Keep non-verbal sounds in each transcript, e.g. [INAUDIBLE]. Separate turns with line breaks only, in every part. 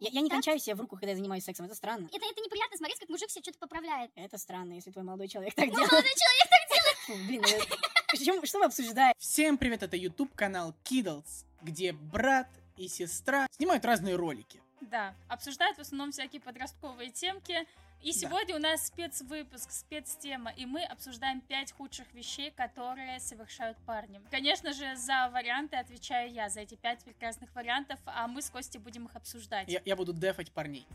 Я, я не
Да?
кончаю себе в руку, когда я занимаюсь сексом. Это странно.
Это, это неприятно смотреть, как мужик все
[LAUGHS]
что-то поправляет.
Это странно, если твой молодой человек так
Ну, молодой
делает.
человек,
Фу, Блин, э, почему- что вы обсуждаете?
Всем привет, это YouTube канал Kiddles, где брат и сестра снимают разные ролики.
Да, обсуждают в основном всякие подростковые темки. И
Да.
сегодня у нас спецвыпуск, спецтема, и мы обсуждаем пять худших вещей, которые совершают парни. Конечно же, за варианты отвечаю я, за эти пять прекрасных вариантов, а мы с Костей будем их обсуждать.
Я, я буду дефать парней.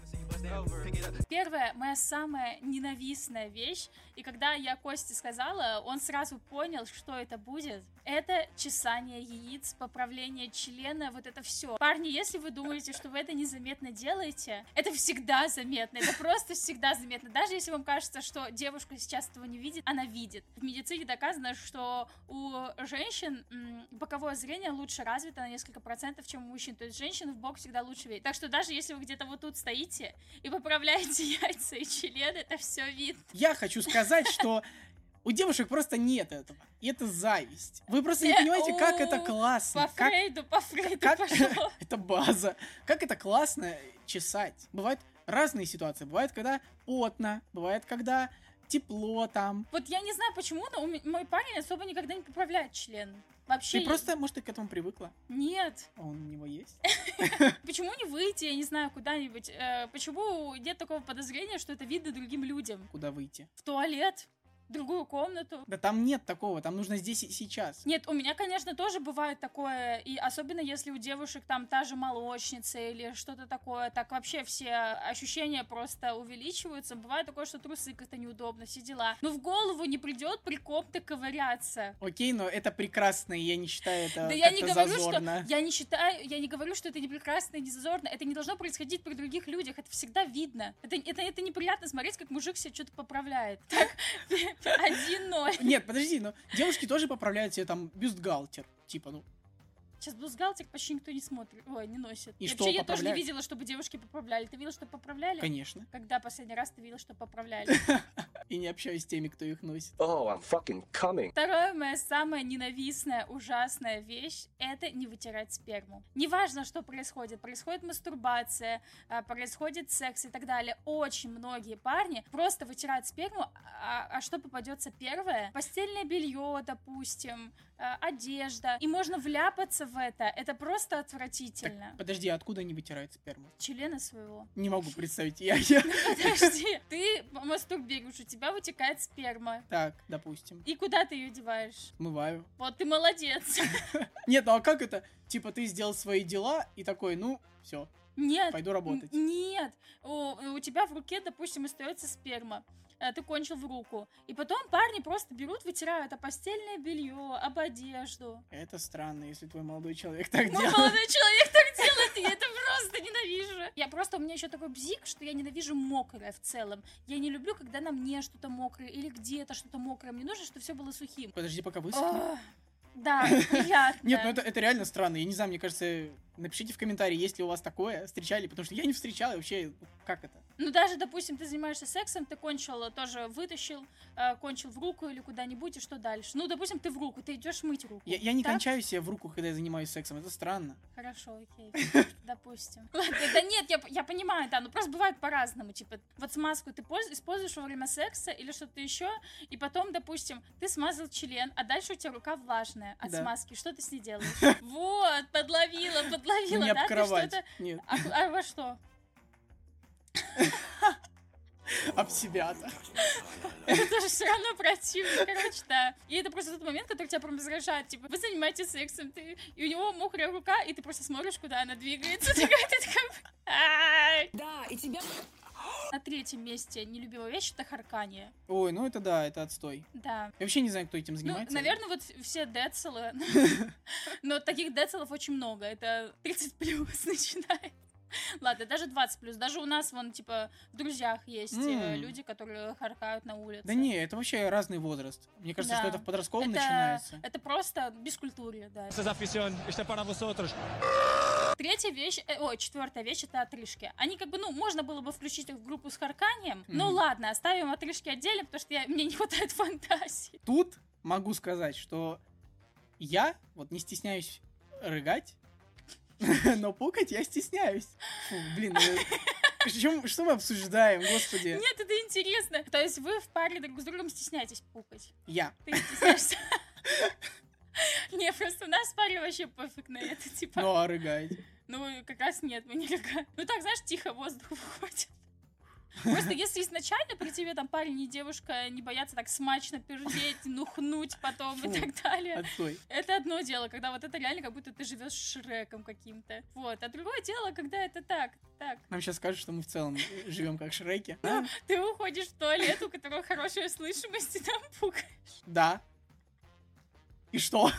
Первая, моя самая ненавистная вещь, и когда я Косте сказала, он сразу понял, что это будет. Это чесание яиц, поправление члена, вот это все. Парни, если вы думаете, что вы это незаметно делаете, это всегда заметно, это просто всегда заметно. Даже если вам кажется, что девушка сейчас этого не видит, она видит. В медицине доказано, что у женщин м, боковое зрение лучше развито на несколько процентов, чем у мужчин. То есть женщины в бок всегда лучше видят. Так что даже если вы где-то вот тут стоите, и поправляете [LAUGHS] яйца и член, это все видно.
Я хочу сказать, что у девушек просто нет этого. И это зависть. Вы просто не
Э,
понимаете, как это
у,
классно.
По
как
Фрейду, по Фрейду
как- [LAUGHS]
пошло.
это база. Как это классно чесать. Бывают разные ситуации. Бывает, когда потно, бывает, когда тепло там.
Вот я не знаю почему, но у ме- мой парень особо никогда не поправляет член. Вообще
Ты просто, может, ты к этому привыкла.
нет.
а Он у него есть.
Почему не выйти, я не знаю, куда-нибудь? Э, почему нет такого подозрения, что это видно другим людям?
Куда выйти?
В туалет, в другую комнату.
Да там нет такого. Там нужно здесь и сейчас.
Нет, у меня, конечно, тоже бывает такое, и особенно если у девушек там та же молочница или что-то такое, так вообще все ощущения просто увеличиваются. Бывает такое, что трусы как-то неудобно, все дела. Но в голову не придет прикоп-то ковыряться.
Окей, но это прекрасно, и я не считаю это
Да я не
Э, как-то
говорю,
зазорно.
что я не считаю, я не говорю, что это не прекрасно и не зазорно. Это не должно происходить при других людях. Это всегда видно. Это, это, это неприятно смотреть, как мужик себе что-то поправляет. Так, [LAUGHS] 1-0.
Нет, подожди, но девушки тоже поправляют себе там бюстгальтер. Типа, ну,
Сейчас блузгалтик почти никто не смотрит. Ой, не носит.
И
И
что,
вообще, я тоже не
поправляют?
видела, чтобы девушки поправляли. Ты видела, что поправляли?
конечно.
Когда последний раз ты видела, что
[LAUGHS]
поправляли?
И не общаюсь с теми, кто их носит.
Oh, I'm fucking coming.
Вторая моя самая ненавистная, ужасная вещь — это не вытирать сперму. Неважно, что происходит. Происходит мастурбация, а, происходит секс и так далее. Очень многие парни просто вытирают сперму, а, а что попадется первое? Постельное белье, допустим, а, одежда. И можно вляпаться в это. Это просто отвратительно.
Подожди, а откуда они вытирают сперму?
Члена своего.
Не могу представить. Я, я... [LAUGHS]
Подожди, ты мастурбируешь, у тебя вытекает сперма.
Так, допустим,
И куда ты ее деваешь?
смываю.
Вот ты молодец.
Нет, ну а как это? Типа ты сделал свои дела и такой, ну, все,
Нет,
пойду работать.
Н- Нет, у, у тебя в руке, допустим, остается сперма. Э, Ты кончил в руку. И потом парни просто берут, вытирают о постельное белье, об одежду.
Это странно, если твой молодой человек так
Мой
делает.
молодой человек так делает, и я это просто ненавижу. Я просто, у меня еще такой бзик, что я ненавижу мокрое в целом. Я не люблю, когда на мне что-то мокрое или где-то что-то мокрое. Мне нужно, чтобы все было сухим.
Подожди, пока высохнет.
Ох, Да, приятно.
Нет, ну это, это реально странно. Я не знаю, мне кажется, напишите в комментарии, есть ли у вас такое, встречали, потому что я не встречал, и вообще, ну, как это?
Ну, даже, допустим, ты занимаешься сексом, ты кончил, э, тоже вытащил, э, кончил в руку или куда-нибудь, и что дальше? Ну, допустим, ты в руку, ты идешь мыть руку.
Я, я не
Так?
кончаю себе в руку, когда я занимаюсь сексом, это
[LAUGHS]
странно.
Хорошо, окей, допустим. Ладно, да нет, я, п- я понимаю, да, но просто бывает по-разному, типа, вот смазку ты польз- используешь во время секса или что-то еще, и потом, допустим, ты смазал член, а дальше у тебя рука влажная от
Да.
смазки, что ты с ней делаешь? [LAUGHS] Вот, подловила,
Ну,
подловила,
не
да,
об
ты
кровать.
что-то...
Нет,
А, ку- а во что?
об себя-то.
Это же все равно противно, короче, да. И это просто тот момент, который тебя прям раздражает. Типа, вы занимаетесь сексом, ты... и у него мокрая рука, и ты просто смотришь, куда она двигается. [LAUGHS] Ты такая- ты такая, «Ай».
Да, и тебя...
На третьем месте нелюбимая вещь — это харканье.
Ой, ну это да, это отстой.
Да.
Я вообще не знаю, кто этим
Ну,
занимается.
наверное, вот
[LAUGHS]
все децелы. Но таких децелов очень много. Это 30 плюс [LAUGHS] начинает. Ладно, даже 20 плюс. Даже у нас, вон, типа, в друзьях есть э,
М.
люди, которые харкают на улице.
Да не, это вообще разный возраст. Мне кажется,
Да.
что это в подростковом
это,
начинается.
это просто бескультурье, да.
Essas aficiones, isto é para vosotros.
Третья вещь, э, ой, четвертая вещь это отрыжки. Они как бы, ну, можно было бы включить их в группу с харканием. Ну
Мгм.
ладно, оставим отрыжки отдельно, потому что я, мне не хватает фантазии.
Тут могу сказать, что я вот не стесняюсь рыгать, [LAUGHS] Но пукать я стесняюсь. Фу, блин,
[LAUGHS]
э, чё- что мы обсуждаем, господи?
Нет, это интересно. То есть вы в паре друг с другом стесняетесь пукать.
Я. [LAUGHS]
Ты стесняешься. Не, просто у нас в паре вообще пофиг на это, типа.
Ну, а рыгать?
Ну, как раз нет, мы не рыгаем. Ну так, знаешь, тихо воздух выходит. Просто если изначально при тебе там парень и девушка не боятся так смачно пердеть, нухнуть потом и
Фу. А
так далее.
Отстой.
Это одно дело, когда вот это реально как будто ты живешь Шреком каким-то. Вот. А другое дело, когда это так, так.
Нам сейчас скажут, что мы в целом живем как Шреки.
Ты уходишь в туалет, у которого хорошая слышимость, и там пук [LAUGHS]
Да. И что?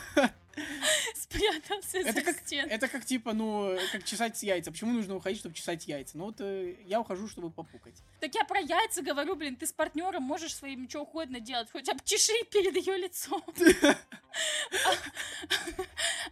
спрятался
Это
за
как,
стену.
это как типа, ну, как чесать яйца. Почему нужно уходить, чтобы чесать яйца? Ну вот э, я ухожу, чтобы попукать.
Так я про яйца говорю, блин, ты с партнером можешь своим что угодно делать, хоть обчеши [LAUGHS] перед
[LAUGHS]
ее лицом.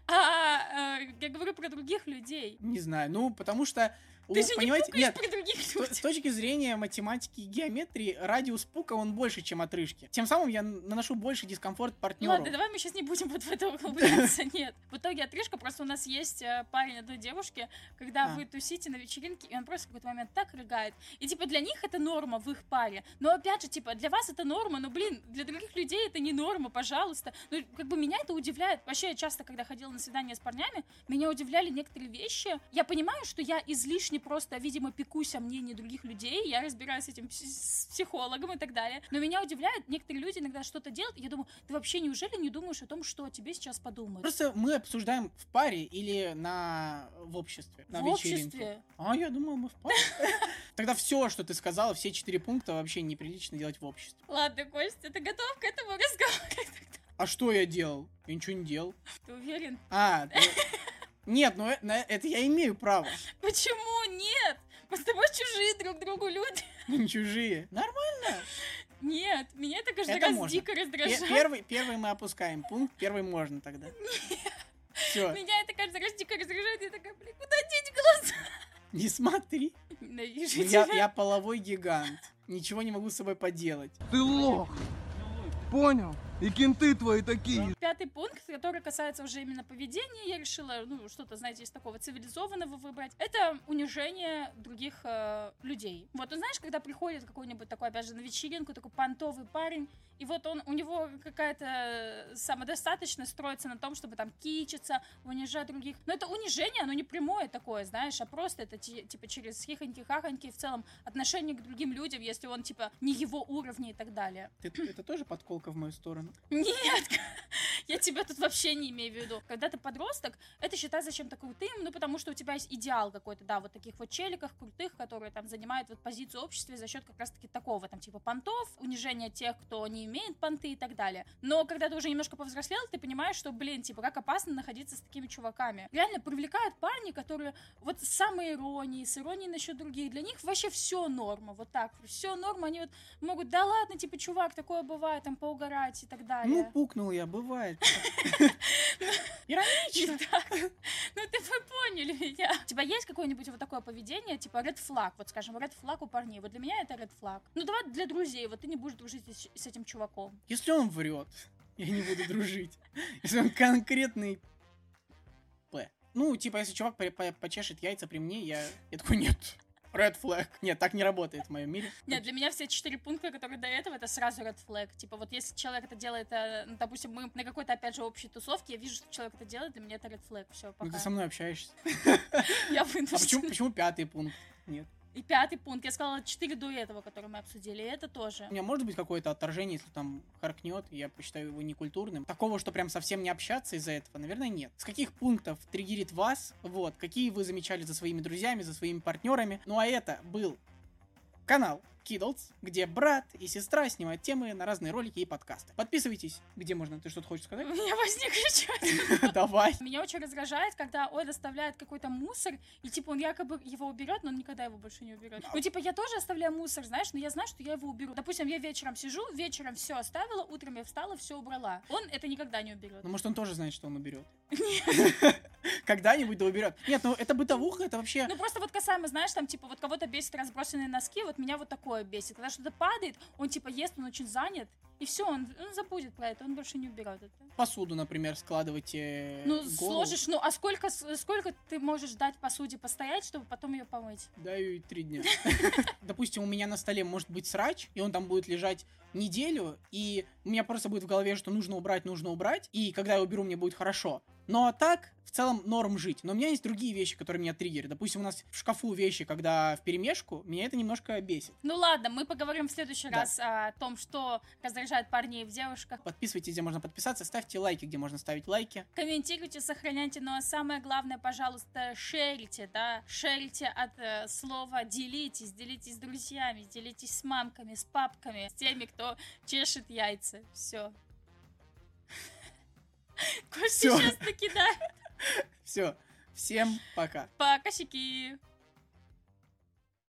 А э, я говорю про других людей.
Не знаю, ну, потому что... у-
Ты же не
понимаете-
пукаешь
Нет,
[LAUGHS] при других
То- С
людях.
точки зрения математики и геометрии, радиус пука, он больше, чем отрыжки. Тем самым я н- наношу больше дискомфорт партнеру.
Ладно, давай мы сейчас не будем вот
[LAUGHS]
в это углубляться, нет. В итоге отрыжка, просто у нас есть э, парень одной девушки, когда
А.
вы тусите на вечеринке, и он просто в какой-то момент так рыгает. И типа для них это норма в их паре. Но опять же, типа, для вас это норма, но, блин, для других людей это не норма, пожалуйста. Ну, как бы меня это удивляет. Вообще, я часто, когда ходила на свидание с парнями, меня удивляли некоторые вещи. Я понимаю, что я излишне просто, видимо, пекусь о мнении других людей, я разбираюсь с этим пс- с психологом и так далее. Но меня удивляют некоторые люди иногда что-то делают, и я думаю, ты вообще неужели не думаешь о том, что о тебе сейчас подумают?
Просто мы обсуждаем в паре или на в обществе, на
в
вечеринке.
обществе.
А, я думал, мы в паре. [LAUGHS] Тогда все, что ты сказала, все четыре пункта вообще неприлично делать в обществе.
Ладно, Костя, ты готов к этому разговору? [LAUGHS]
А что я делал? Я ничего не делал.
Ты уверен?
А, ну- нет, ну э- на это я имею право. [LAUGHS]
Почему нет? Мы с тобой чужие друг другу люди. [LAUGHS]
Мы не чужие. Нормально.
Нет, меня это каждый
Это
раз
можно.
дико
Пе-
раздражает.
Первый, первый мы опускаем пункт, первый можно тогда. Все,
Меня это каждый раз дико раздражает. Я такая, блин, куда деть глаза?
не смотри.
Ненавижу
Ну, Я,
тебя.
я половой гигант. Ничего не могу с собой поделать.
Ты лох. Понял? И кенты твои такие.
Ну, Пятый пункт, который касается уже именно поведения, я решила, ну, что-то, знаете, из такого цивилизованного выбрать. Это унижение других э, людей. Вот, ну, знаешь, когда приходит какой-нибудь такой, опять же, на вечеринку, такой понтовый парень, и вот он, у него какая-то самодостаточность строится на том, чтобы там кичиться, унижать других. Но это унижение, оно не прямое такое, знаешь, а просто это ти- типа через хихоньки-хахоньки в целом отношение к другим людям, если он типа не его уровня и так далее.
Ты- это тоже подколка в мою сторону?
Нет, я тебя тут вообще не имею в виду. Когда ты подросток, это считается чем-то крутым, ну, потому что у тебя есть идеал какой-то, да, вот таких вот челиков крутых, которые там занимают вот позицию общества за счет как раз-таки такого, там, типа понтов, унижения тех, кто не имеет понты и так далее. Но когда ты уже немножко повзрослел, ты понимаешь, что, блин, типа, как опасно находиться с такими чуваками. Реально привлекают парни, которые вот с самой иронией, с иронией насчет других, для них вообще все норма, вот так, все норма, они вот могут, да ладно, типа, чувак, такое бывает, там, поугарать и так далее.
Ну, пукнул я, бывает. [LAUGHS]
Не [LAUGHS] так. Ну ты вы поняли меня. У тебя есть какое-нибудь вот такое поведение, типа red флаг, вот скажем, red флаг у парней. Вот для меня это red флаг. Ну давай для друзей, вот ты не будешь дружить с с этим чуваком.
Если он врет, я не буду дружить. Если он конкретный П. Ну, типа, если чувак по- по- почешет яйца при мне, я, я такой, нет, Red flag. Нет, так не работает в моем мире.
Нет, для меня все четыре пункта, которые до этого, это сразу red флаг. Типа вот если человек это делает, э, ну, допустим, мы на какой-то, опять же, общей тусовке, я вижу, что человек это делает, для меня это red флаг. Все,
Ну,
пока.
ты со мной общаешься.
Я [LAUGHS]
А почему,
вынуждена.
почему пятый пункт? Нет.
И пятый пункт, я сказала четыре до этого, которые мы обсудили, и это тоже.
У меня может быть какое-то отторжение, если там харкнет, и я посчитаю его некультурным. Такого, что прям совсем не общаться из-за этого, наверное, нет. С каких пунктов триггерит вас, вот, какие вы замечали за своими друзьями, за своими партнерами. Ну а это был канал Kiddles, где брат и сестра снимают темы на разные ролики и подкасты. Подписывайтесь, где можно. Ты что-то хочешь
У [LAUGHS]
сказать?
меня возник еще
Давай.
Меня очень раздражает, когда он оставляет какой-то мусор, и типа он якобы его уберет, но он никогда его больше не уберет. Ну, типа, я тоже оставляю мусор, знаешь, но я знаю, что я его уберу. Допустим, я вечером сижу, вечером все оставила, утром я встала, все убрала. Он это никогда не уберет.
Ну, может, он тоже знает, что он уберет. [LAUGHS] Когда-нибудь да уберет. Нет, ну это бытовуха, это вообще...
Ну просто вот касаемо, знаешь, там типа вот кого-то бесит разбросанные носки, вот меня вот такое такое бесит. Когда что-то падает, он типа ест, он очень занят, и все, он, он забудет про это, он больше не уберет это.
Посуду, например, э, складывайте.
Ну, сложишь, ну, а сколько, сколько ты можешь дать посуде постоять, чтобы потом ее помыть?
Даю и три дня. [LAUGHS] Допустим, у меня на столе может быть срач, и он там будет лежать неделю, и у меня просто будет в голове, что нужно убрать, нужно убрать, и когда я уберу, мне будет хорошо. Но а так, в целом, норм жить. Но у меня есть другие вещи, которые меня триггерят. Допустим, у нас в шкафу вещи, когда в перемешку, меня это немножко бесит.
Ну ладно, мы поговорим в следующий
Да.
раз о том, что раздражает парней в девушках.
Подписывайтесь, где можно подписаться, ставьте лайки, где можно ставить лайки.
Комментируйте, сохраняйте, но самое главное, пожалуйста, шерите, да, шерите от э, слова делитесь, делитесь с друзьями, делитесь с мамками, с папками, с теми, кто чешет яйца. Все. Костя
Всё.
сейчас таки, да.
Все, всем пока.
Пока, щеки.